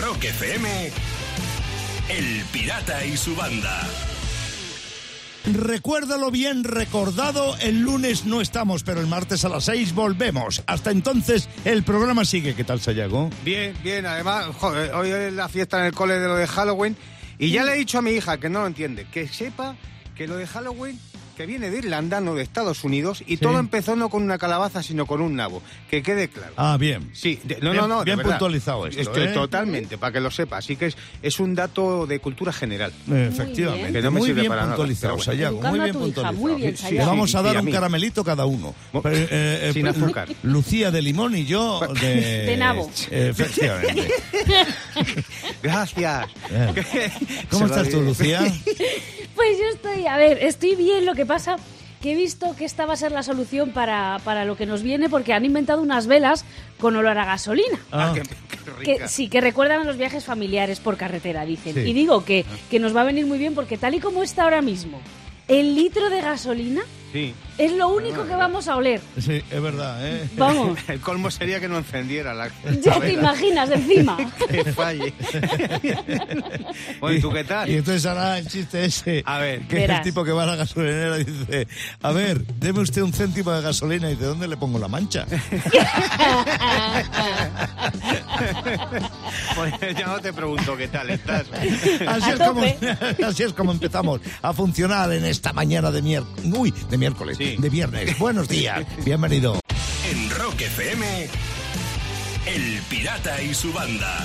Rock FM, El Pirata y su banda. Recuérdalo bien recordado, el lunes no estamos, pero el martes a las 6 volvemos. Hasta entonces, el programa sigue. ¿Qué tal, Sayago? Bien, bien. Además, joder, hoy es la fiesta en el cole de lo de Halloween. Y ya le he dicho a mi hija, que no lo entiende, que sepa que lo de Halloween que viene de Irlanda, no de Estados Unidos, y todo empezó no con una calabaza, sino con un nabo. Que quede claro. Ah, bien. Sí, de- no, Bien- no, no. de bien verdad. puntualizado esto, Estoy ¿eh? Totalmente, para que lo sepa. Así que es, es un dato de cultura general. Eh, Efectivamente. Que no me muy sirve bien para nada, puntualizado, pero bueno. Sayago. Muy Educando a bien tu hija, puntualizado. muy bien, Le Sayago. vamos a Y dar a un mí. caramelito cada uno. Mo- Pero, eh, eh, Sin eh, azúcar. Lucía de limón y yo de... Eh, De nabo. Efectivamente. Gracias. Eh. ¿Cómo Se lo estás tú, digo. Lucía? Pues yo estoy, a ver, estoy bien. Lo que pasa que he visto que esta va a ser la solución para, para lo que nos viene porque han inventado unas velas con olor a gasolina. Ah, Ah, qué- qué rica. Que, sí, que recuerdan a los viajes familiares por carretera, dicen. Sí. Ah. Y digo que, que nos va a venir muy bien porque tal y como está ahora mismo, el litro de gasolina Sí. es lo único que vamos a oler. Ah, sí, es verdad, ¿eh? Vamos, El colmo sería que no encendiera la. ya la te vela. imaginas encima. Que falle. bueno, ¿y ¿tú qué Y tal? Ah, entonces hará el chiste ese. A ver, que Verás. el tipo que va a la gasolinera dice, a ver, deme usted un céntimo de gasolina y de dónde le pongo la mancha. Pues ya no te pregunto qué tal estás. Así A es, como, tope. así es como empezamos a funcionar en esta mañana de miércoles. Uy, de miércoles, Sí. de viernes. Buenos días, bienvenido. En Rock FM, El Pirata y su banda.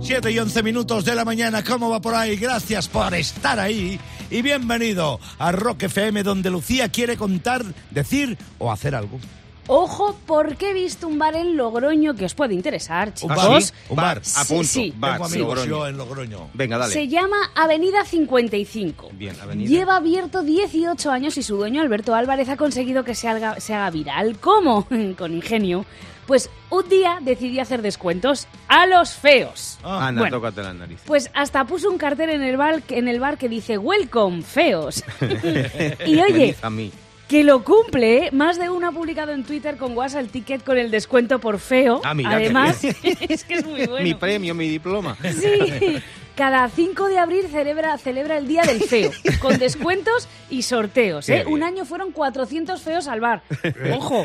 7 y 11 minutos de la mañana, ¿cómo va por ahí? Gracias por estar ahí y bienvenido a Rock FM donde Lucía quiere contar, decir o hacer algo. Ojo, porque he visto un bar en Logroño que os puede interesar, Un bar, chicos. Ah, sí, un bar. Sí, Ah, A punto. sí. Bar, Tengo amigos Logroño. yo en Logroño. Venga, dale. Se llama Avenida 55. Bien, avenida. Lleva abierto 18 años y su dueño Alberto Álvarez ha conseguido que se haga, se haga viral. ¿Cómo? Con ingenio. Pues un día decidí hacer descuentos a los feos. Ah, Ana, bueno. tócate la nariz. Pues hasta puso un cartel en el bar, en el bar que dice Welcome, feos. y oye, Venid a mí. que lo cumple, ¿eh? Más de uno ha publicado en Twitter con WhatsApp el ticket con el descuento por feo. Ah, mira, qué Además, bien. es que es muy bueno. Mi premio, mi diploma. Sí. Cada 5 de abril celebra, celebra el Día del Feo, con descuentos y sorteos. Qué ¿eh? bien. Un año fueron 400 feos al bar. ¡Ojo!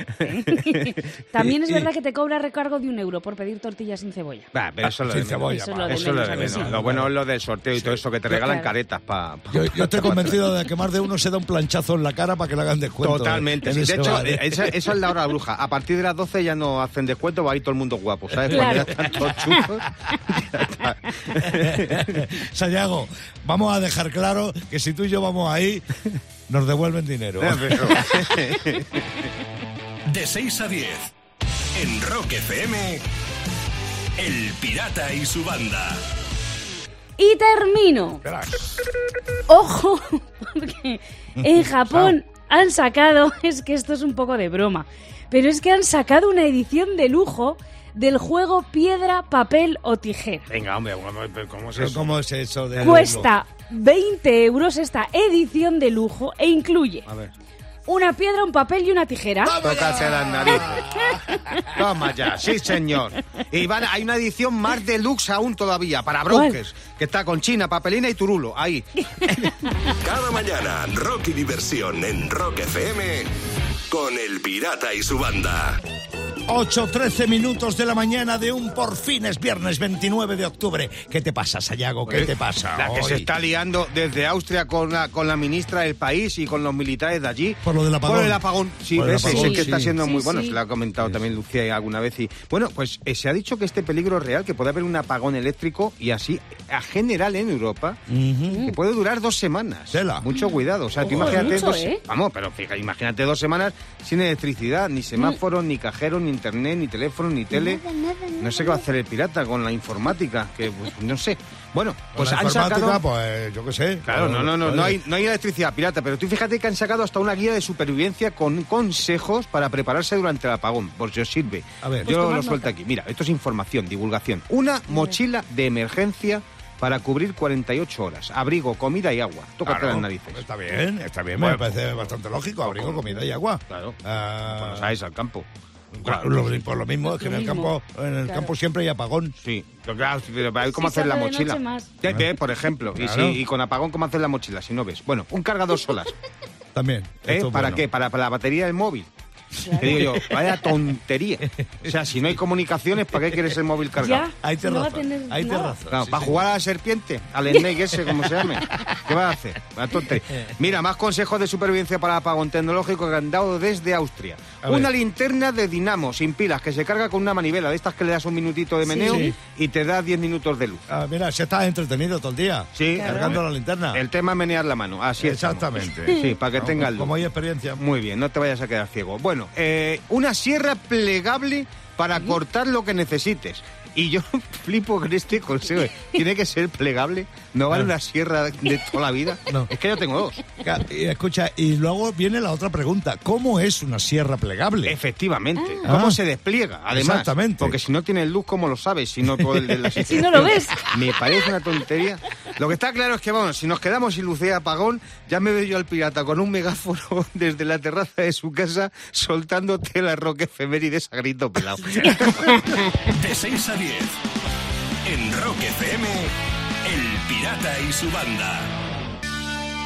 También es verdad que te cobra recargo de un euro por pedir tortillas sin cebolla. Va, pero eso Ah, sin es lo de menos. cebolla, Eso va. lo de Eso es lo de menos, menos. a que sí. Lo bueno es lo del sorteo y todo eso, que te regalan claro. caretas para... Yo, yo estoy convencido de que más de uno se da un planchazo en la cara para que le hagan descuento. ¿eh? Totalmente. En sí. ese de hecho, bar, ¿eh? esa, esa es la hora bruja. A partir de las 12 ya no hacen descuento, va ahí todo el mundo guapo, ¿sabes? Cuando Claro. ya están todos chuzos, ya está. Sayago, vamos a dejar claro que si tú y yo vamos ahí, nos devuelven dinero. Ah, Pero- De 6 a 10, en Rock FM, El Pirata y su banda. Y termino. Crack. Ojo, porque en Japón han sacado, es que esto es un poco de broma, pero es que han sacado una edición de lujo del juego piedra, papel o tijera. Venga, hombre, ¿cómo- ¿cómo es Pero eso? ¿Cómo es eso de Cuesta 20 euros esta edición de lujo e incluye A ver. una piedra, un papel y una tijera. Tócate las narices. Toma ya, sí señor. Y van- hay una edición más deluxe aún todavía, para ¿Cuál? bronques, que está con China, papelina y turulo, ahí. Cada mañana, rock y diversión en Rock FM con El Pirata y su banda. 8-13 minutos de la mañana de un por fin es viernes 29 de octubre. ¿Qué te pasa, Sayago? ¿Qué te pasa? La que se hoy? está liando desde Austria con la, con la ministra del país y con los militares de allí. Por lo del apagón. Por el apagón, sí, Por el ese es apagón, el que está sí. siendo Sí, muy bueno. sí. Se lo ha comentado también Lucía alguna vez. Y, bueno, pues eh, se ha dicho que este peligro es real, que puede haber un apagón eléctrico y así, a general en Europa, Mm. que puede durar dos semanas. Tela. Mucho cuidado. O sea, tú Ojo, imagínate. mucho, dos, ¿eh? Vamos, pero fíjate, imagínate dos semanas sin electricidad, ni semáforos, ni cajeros, ni internet, ni teléfono, ni tele. no sé qué va a hacer el pirata con la informática, que pues, no sé. Bueno, Con pues la han informática, sacado. pues yo qué sé. Claro, no, no, no, Oye, no hay, no hay electricidad pirata, pero tú fíjate que han sacado hasta una guía de supervivencia con consejos para prepararse durante el apagón, por si os sirve. A ver. Pues yo tomad lo suelto nota. aquí. Mira, esto es información, divulgación. Una mochila de emergencia para cubrir 48 horas. Abrigo, comida y agua. Tócate claro, las narices. Pues Pues Está bien, está bien, me Bueno. parece bastante lógico. Abrigo, comida y agua. Claro. Pues Ah, Cuando sales al campo. Claro, lo- por lo mismo, es que en el mismo, campo, en el claro. campo siempre hay apagón. Sí, pero claro, pero hay cómo Si hacer la sale de noche mochila. más. Ya ves, por ejemplo, y, Claro. si- y con apagón, ¿cómo hacer la mochila si no ves? Bueno, un cargador solas. También. ¿Eh? Esto es ¿Para bueno. qué? Para, para la batería del móvil. Claro. Te digo yo, vaya tontería. O sea, si no hay comunicaciones, ¿para qué quieres el móvil cargado? Ya. Ahí te No va a razón, tener ahí te nada. razón, Claro, sí, para sí. jugar a la serpiente, al snake ese, como se llame. ¿Qué vas a hacer? Una tontería. Mira, más consejos de supervivencia para apagón tecnológico que han dado desde Austria. A una ver. linterna de dinamo sin pilas que se carga con una manivela de estas que le das un minutito de meneo Sí. y te da 10 minutos de luz. Ah, mira, si estás entretenido todo el día. Sí, Cargando la linterna. El tema es menear la mano, así es. Ah. Exactamente. Sí, para que No, tengas luz. Como hay experiencia. Muy bien, no te vayas a quedar ciego. Bueno, eh, una sierra plegable para cortar lo que necesites. Y yo flipo con este consejo. ¿eh? Tiene que ser plegable. No vale una sierra de toda la vida. No. Es que yo tengo dos. Ca- y Escucha, y luego viene la otra pregunta. ¿Cómo es una sierra plegable? Efectivamente. Ah. ¿Cómo Ah. se despliega? Además, Exactamente. porque si no tienes luz, ¿cómo lo sabes? Si no, por el de la Si no lo ves. Me parece una tontería. Lo que está claro es que, vamos, si nos quedamos sin luz de apagón, ya me veo yo al pirata con un megáfono desde la terraza de su casa soltándote la roca efemérides a grito pelado. De 6 a 10. En Rock FM, El Pirata y su banda.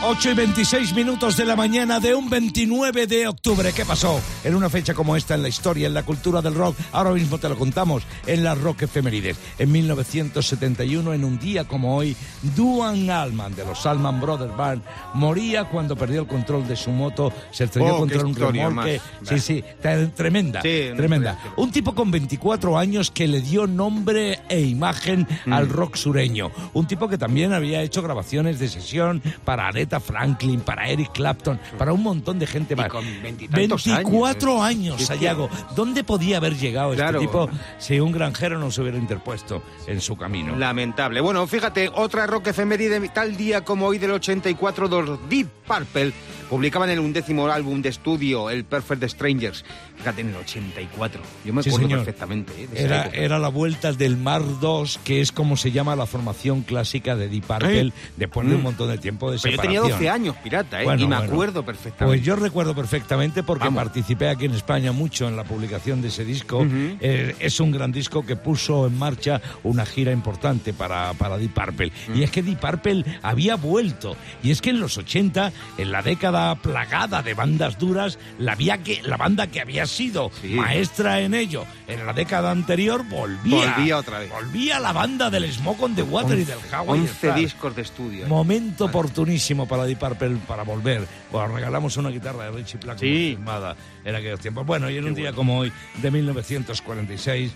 8 y 26 minutos de la mañana de un 29 de octubre. ¿Qué pasó? En una fecha como esta, en la historia, en la cultura del rock, ahora mismo te lo contamos, en las rock efemérides. En 1971, en un día como hoy, Duan Allman, de los Allman Brothers Band, moría cuando perdió el control de su moto, se estrelló Oh, contra qué un historia remolque. más. Sí, sí, te- tremenda, Sí, no tremenda. podía ser. Un tipo con 24 años que le dio nombre e imagen Mm. al rock sureño. Un tipo que también había hecho grabaciones de sesión para Aretha Franklin, para Eric Clapton, para un montón de gente más. con veintitantos años, 24 ¿eh? años, Sí, sí. Sayago. ¿Dónde podía haber llegado Claro. este tipo si un granjero no se hubiera interpuesto en su camino? Lamentable. Bueno, fíjate, otra rock efeméride, tal día como hoy del 84, los Deep Purple publicaban el undécimo álbum de estudio, el Perfect Strangers. Fíjate, en el 84. Yo me Sí, acuerdo señor. perfectamente. ¿eh? de esa Era, época. era la vuelta del Mar 2, que es como se llama la formación clásica de Deep Purple, ¿Eh? después de un montón de tiempo de Pero yo separación. tenía 12 años, pirata, ¿eh? Bueno, y me bueno. acuerdo Pues perfectamente. yo recuerdo perfectamente porque Vamos. participé aquí en España mucho en la publicación de ese disco. Ujú. Eh, es un gran disco que puso en marcha una gira importante para, para Deep Purple. Mm. Y es que Deep Purple había vuelto. Y es que en los 80, en la década plagada de bandas duras, la, había que, la banda que había sido Sí. maestra en ello en la década anterior volvía. Volvía otra vez. Volvía la banda del Smoke on the Water y del Howard. 11 discos de estudio. ¿eh? Momento oportunísimo para Deep Purple para volver. Os regalamos una guitarra de Richie Blackmore Sí. firmada en aquellos tiempos. Bueno, y en un día como hoy, de 1946,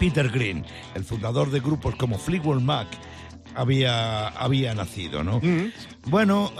Peter Green, el fundador de grupos como Fleetwood Mac, había, había nacido, ¿no? Bueno,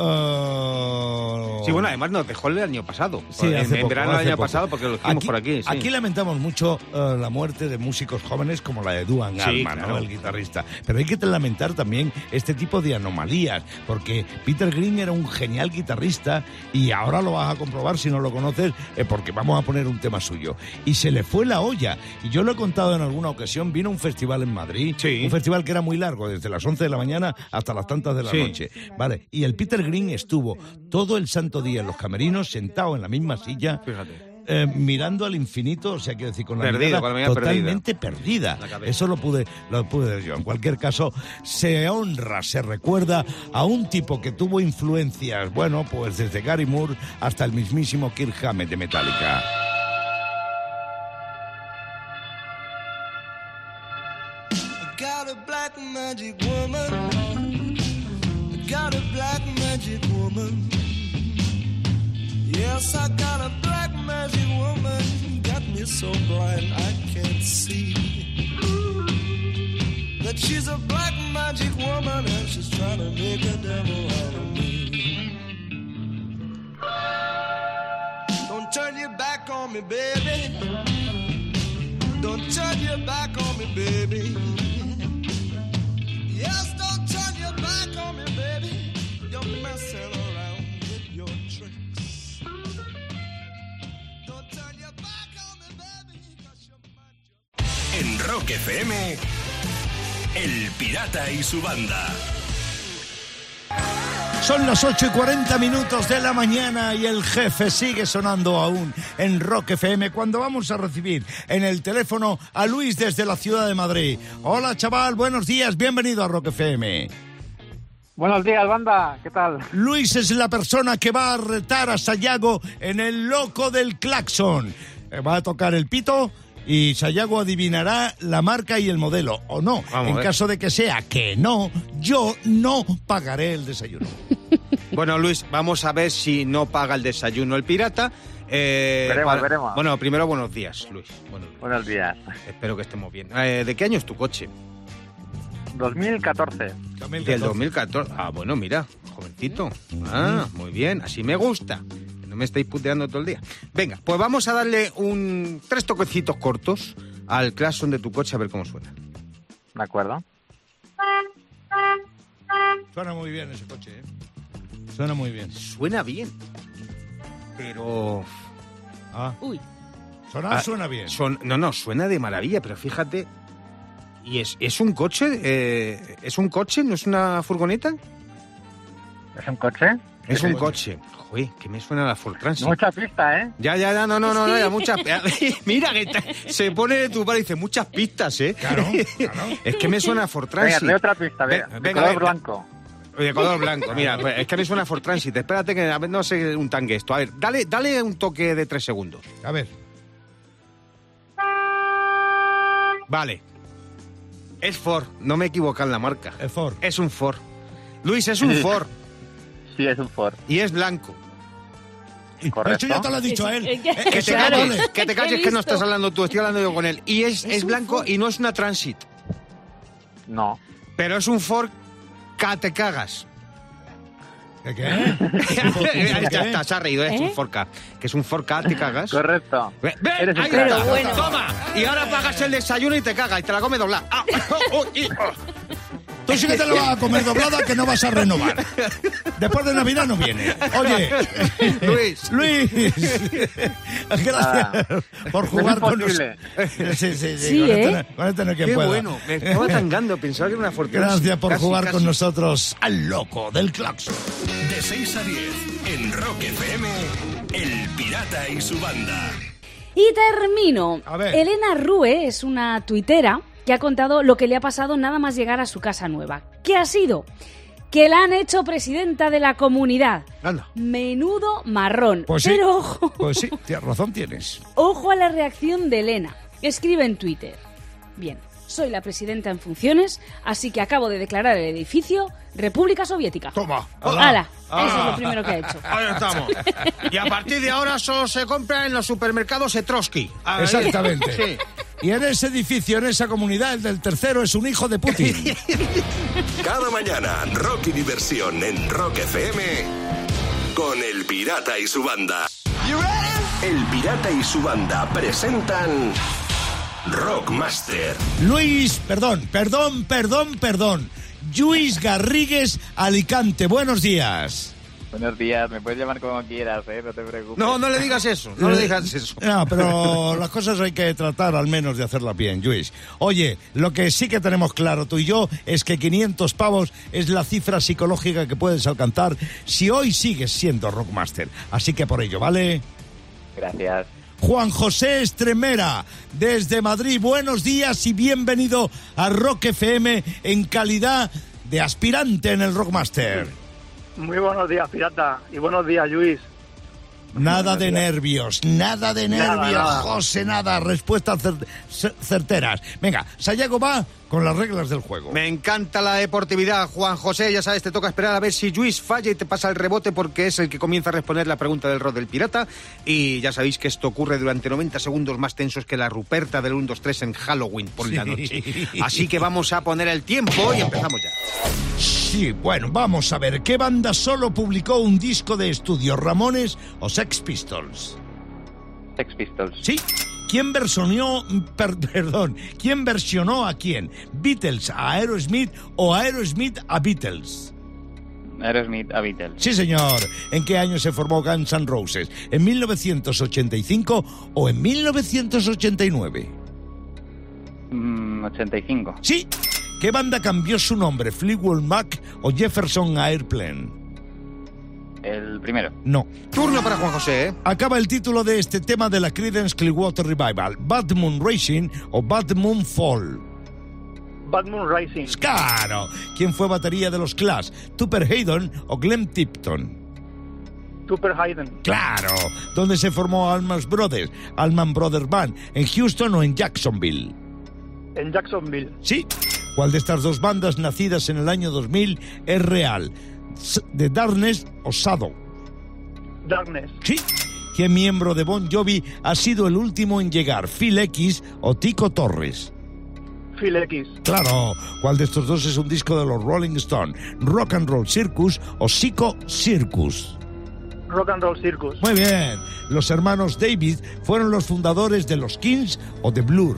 eh, Sí, bueno, además nos dejó el año pasado. Sí, en, hace en poco, verano del hace año poco. pasado, porque lo hicimos por aquí. sí. aquí lamentamos mucho eh, la muerte de músicos jóvenes como la de Duan Sí, Allman, claro. ¿no? el guitarrista. Pero hay que lamentar también este tipo de anomalías, porque Peter Green era un genial guitarrista y ahora lo vas a comprobar si no lo conoces, eh, porque vamos a poner un tema suyo. Y se le fue la olla. Y yo lo he contado en alguna ocasión, vino a un festival en Madrid, Sí. un festival que era muy largo, desde las 11 de la mañana hasta las tantas de la Sí. noche. Vale, y el Peter Green estuvo todo el santo día en los camerinos, sentado en la misma silla, Fíjate. eh, mirando al infinito, o sea, quiero decir, con la Perdido, mirada con la mirada totalmente perdida. La cabeza. Eso lo pude, lo pude yo. En cualquier caso, se honra, se recuerda a un tipo que tuvo influencias, bueno, pues desde Gary Moore hasta el mismísimo Kirk Hammett de Metallica. I got a black magic woman. I got a black magic woman. Yes, I got a black magic woman. Got me so blind I can't see. That she's a black magic woman and she's trying to make a devil out of me. Don't turn your back on me, baby. Don't turn your back on me, baby. Yes, don't turn your back on me, baby. You're messing around with your tricks. Don't turn your back on me, baby. 'cause you're my joke. En Rock FM, El Pirata y su banda. Son las 8 y 40 minutos de la mañana y el jefe sigue sonando aún en Rock FM cuando vamos a recibir en el teléfono a Luis desde la ciudad de Madrid. Hola chaval, buenos días, bienvenido a Rock FM. Buenos días, banda. ¿Qué tal? Luis es la persona que va a retar a Sayago en el loco del claxon. Eh, Va a tocar el pito y Sayago adivinará la marca y el modelo, o no. Vamos a en ver. caso de que sea que no, yo no pagaré el desayuno. Bueno, Luis, vamos a ver si no paga el desayuno el pirata. Eh, Veremos, veremos. Bueno, primero buenos días, Luis. Buenos días. Buenos días. Espero que estemos bien. Eh, ¿De qué año es tu coche? 2014. Del 2014. Ah, bueno, mira, jovencito. Ah, muy bien, así me gusta. Que No me estáis puteando todo el día. Venga, pues vamos a darle un tres toquecitos cortos al claxon de tu coche a ver cómo suena. ¿De acuerdo? Suena muy bien ese coche, ¿eh? Suena muy bien. Suena bien. Pero Ah, Uy, sonar Ah, suena bien. son- no, no, suena de maravilla, pero fíjate. ¿Y es, es un coche? eh, ¿Es un coche? ¿No es una furgoneta? ¿Es un coche? Es un coche. Joder, que me suena la Ford Transit. Mucha pista, ¿eh? Ya, ya, ya, no, no, no, no, ya, muchas. Mira, que está- se pone de tu par y dice muchas pistas, ¿eh. Claro, claro. Es que me suena a Ford Venga, Transit. lee otra pista, a ver. Ve- de venga, color ve- blanco. De color blanco, mira, pues, es que me suena a Ford Transit. Espérate que a ver, no sé un tanque esto. A ver, dale, dale un toque de tres segundos. A ver. Vale. Es Ford, no me he equivocado en la marca. El Ford. Es un Ford. Luis, es un Sí. Ford Sí, es un Ford. y es blanco. Correcto. Eso ya te lo ha dicho él. Es que- Eh, Que te Claro. calles, que, te calles, que no listo. estás hablando tú, estoy hablando yo con él. Y es, Es es un blanco Ford. y no es una Transit, No. pero es un Ford que te cagas. ¿Qué, qué? ya está, se ha reído, es ¿Eh? un Ford K, que es un Ford K, te cagas. Correcto. Ve- ve, Eres un ahí crack. está, toma, y ahora pagas el desayuno y te cagas y te la come doblada. Ah, oh, oh, y- oh. Tú sí que te lo vas a comer doblada que no vas a renovar. Después de Navidad no viene. Oye, Luis. Luis, gracias Ah, por jugar es con imposible. nosotros. Sí, sí, sí. Sí, con esto ¿eh? no- con esto no hay quien Qué pueda. bueno, me estaba tangando, pensaba que era una Ford Transit. Gracias por Casi, jugar casi. con nosotros al loco del claxon. De 6 a 10 en Rock FM, El Pirata y su banda. Y termino. A ver. Elena Rue es una tuitera que ha contado lo que le ha pasado nada más llegar a su casa nueva. ¿Qué ha sido? Que la han hecho presidenta de la comunidad. Anda. Menudo marrón. Pues sí, Pero ojo, pues sí, tienes razón tienes. ojo a la reacción de Elena. Escribe en Twitter. Bien, soy la presidenta en funciones, así que acabo de declarar el edificio República Soviética. Toma. Ala, Eso es Ah. Ala. lo primero que ha hecho. Ahí estamos. Y a partir de ahora solo se compra en los supermercados Etrosky. Ahí. Exactamente. Sí. Y en ese edificio, en esa comunidad, el del tercero es un hijo de Putin. Cada mañana, Rock y diversión en Rock FM con El Pirata y su banda. El Pirata y su banda presentan Rockmaster. Luis, perdón, perdón, perdón, perdón. Luis Garrigues, Alicante. Buenos días. Buenos días, me puedes llamar como quieras, ¿eh? no te preocupes. No, no le digas eso. No Eh, le digas eso. No, pero las cosas hay que tratar al menos de hacerlas bien, Luis. Oye, lo que sí que tenemos claro tú y yo es que 500 pavos es la cifra psicológica que puedes alcanzar si hoy sigues siendo Rockmaster. Así que por ello, ¿vale? Gracias. Juan José Estremera, desde Madrid. Buenos días y bienvenido a Rock FM en calidad de aspirante en el Rockmaster. Muy buenos días, pirata. Y buenos días, Luis. Nada de nervios, nada de nervios, Nada, nada. José, nada. Respuestas cer- cer- certeras. Venga, Sayago va con las reglas del juego. Me encanta la deportividad, Juan José. Ya sabes, te toca esperar a ver si Luis falla y te pasa el rebote porque es el que comienza a responder la pregunta del rol del pirata. Y ya sabéis que esto ocurre durante 90 segundos más tensos que la ruperta del 1, 2, 3 en Halloween por la noche. Así que vamos a poner el tiempo y empezamos ya. Sí, bueno, vamos a ver. ¿Qué banda solo publicó un disco de estudio, Ramones o Sex Pistols? Sex Pistols, Sí. ¿Quién versionó, per- perdón, quién versionó a quién? ¿Beatles a Aerosmith o Aerosmith a Beatles? Aerosmith, a Beatles, Sí, señor. ¿En qué año se formó Guns N' Roses? ¿En 1985 o en 1989? Mm, 85, Sí. ¿Qué banda cambió su nombre? ¿Fleetwood Mac o Jefferson Airplane? El primero. No. Turno para Juan José, ¿eh? Acaba el título de este tema de la Creedence Clearwater Revival, Bad Moon Racing o Bad Moon Fall. Pues Batman Rising. ¡Claro! ¿Quién fue batería de los Clash? ¿Tupper Haydon o Glenn Tipton? Super Hayden. ¡Claro! ¿Dónde se formó Alman Brothers? Alman Brothers Band, ¿en Houston o en Jacksonville? En Jacksonville. Sí. ¿Cuál de estas dos bandas nacidas en el año 2000 es real? S- ¿The Darkness o Shadow? Darkness. Sí. ¿Qué miembro de Bon Jovi ha sido el último en llegar? ¿Phil X o Tico Torres? Phil X. Claro. ¿Cuál de estos dos es un disco de los Rolling Stone? ¿Rock and Roll Circus o Psycho Circus? Rock and Roll Circus. Muy bien. ¿Los hermanos David fueron los fundadores de los Kings o de Blur?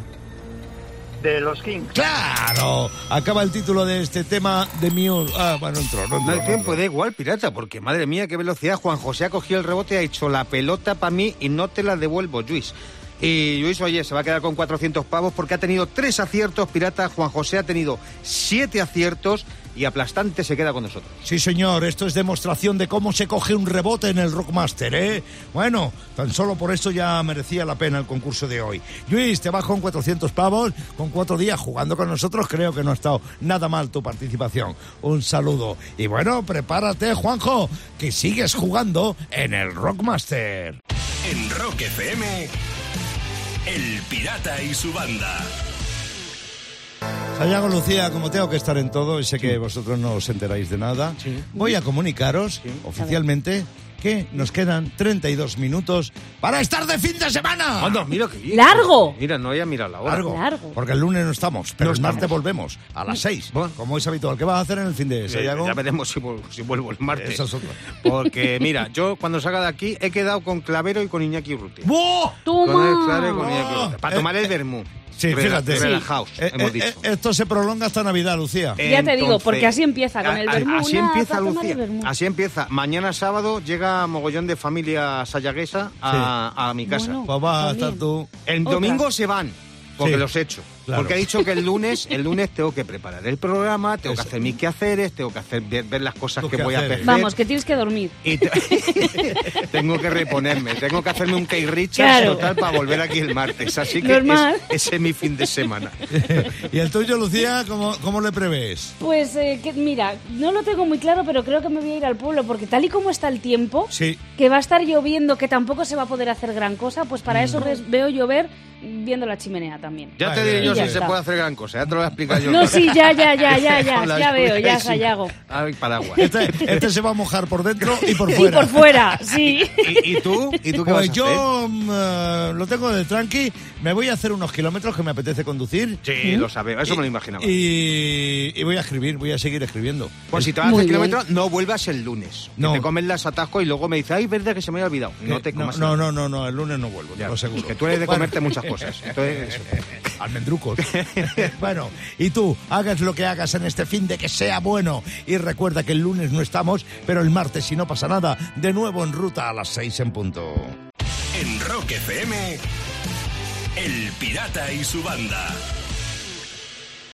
De los Kings. ¡Claro! Acaba el título de este tema de mi... Ah, bueno, entró, no entró, No hay no tiempo, entró. da igual, pirata, porque madre mía, qué velocidad. Juan José ha cogido el rebote, ha hecho la pelota para mí y no te la devuelvo, Luis. Y Luis, oye, se va a quedar con 400 pavos porque ha tenido tres aciertos, pirata. Juan José ha tenido siete aciertos y aplastante se queda con nosotros. Sí, señor, esto es demostración de cómo se coge un rebote en el Rockmaster, ¿eh? Bueno, tan solo por esto ya merecía la pena el concurso de hoy. Luis, te vas con 400 pavos, con cuatro días jugando con nosotros, creo que no ha estado nada mal tu participación. Un saludo. Y bueno, prepárate, Juanjo, que sigues jugando en el Rockmaster. En Rock FM, El Pirata y su banda. Santiago Lucía, como tengo que estar en todo y sé que vosotros no os enteráis de nada, voy a comunicaros oficialmente que nos quedan 32 minutos para estar de fin de semana. mira que bien. ¡Largo! Mira, no había mirado la hora. Largo, Largo. Porque el lunes no estamos, pero No el martes estamos. volvemos a las 6. Bueno. Como es habitual, ¿qué vas a hacer en el fin de Ya, semana? Eh, ya eh. veremos si vuelvo, si vuelvo el martes. Esa es otra. Porque mira, yo cuando salga de aquí he quedado con Clavero y con Iñaki Urrutia. ¡Buah! Con el Clavero y con ¡Toma! Iñaki Urrutia. Para tomar el vermú. Oh, eh, Sí, Rela- fíjate. Relajaos, Eh, hemos eh, dicho. Eh. eh, esto se prolonga hasta Navidad, Lucía. Ya te digo, porque así empieza, con el a- a- vermú, Así nada, empieza, para tomar Lucía. el vermú. Así empieza. Mañana sábado llega mogollón de familia sayaguesa a, a mi casa. Bueno. Pues vas a estar Bien. tú. El Otra. domingo se van. Porque Sí, los he hecho. claro. Porque he dicho que el lunes, el lunes tengo que preparar el programa, tengo que hacer mis quehaceres, tengo que hacer ver, ver las cosas Tus que voy a quehaceres. hacer. Vamos, que tienes que dormir. Y te- tengo que reponerme, tengo que hacerme un Kay Richards Claro. total para volver aquí el martes. Así que Normal. es- ese es mi fin de semana. ¿Y el tuyo, Lucía, cómo, cómo le prevés? Pues eh, que- mira, no lo tengo muy claro, pero creo que me voy a ir al pueblo, porque tal y como está el tiempo, Sí. que va a estar lloviendo, que tampoco se va a poder hacer gran cosa, pues Mm. para eso res- veo llover viendo la chimenea también. Ya te Vale, diré yo y ya si se está. puede hacer gran cosa, ya te lo voy a explicar yo. No, sí, ya, ya, ya, ya, ya, Con la ya veo, lluvia ya, y sin- Sayago. Ay, paraguas. Este, este se va a mojar por dentro y por Y fuera. por fuera, sí. ¿Y, y tú? ¿Y tú qué Pues vas a hacer? yo mm, eh, lo tengo de tranqui, me voy a hacer unos kilómetros que me apetece conducir. ¿Eh? Sí, lo sabemos, eso me lo imaginaba. Y, y voy a escribir, voy a seguir escribiendo. pues si te vas a Muy hacer bien. kilómetros, no vuelvas el lunes. No. No. Te comes las atasco y luego me dices, ay, verdad que se me había olvidado. No te comas Eh, no, nada. no, no, no, el lunes no vuelvo, te Ya, lo aseguro. Que tú eres de Bueno, comerte muchas cosas. Entonces, eso. almendrucos. bueno, y tú, hagas lo que hagas en este fin de que sea bueno. Y recuerda que el lunes no estamos, pero el martes, si no pasa nada, de nuevo en ruta a las seis en punto. En Rock FM, El Pirata y su banda.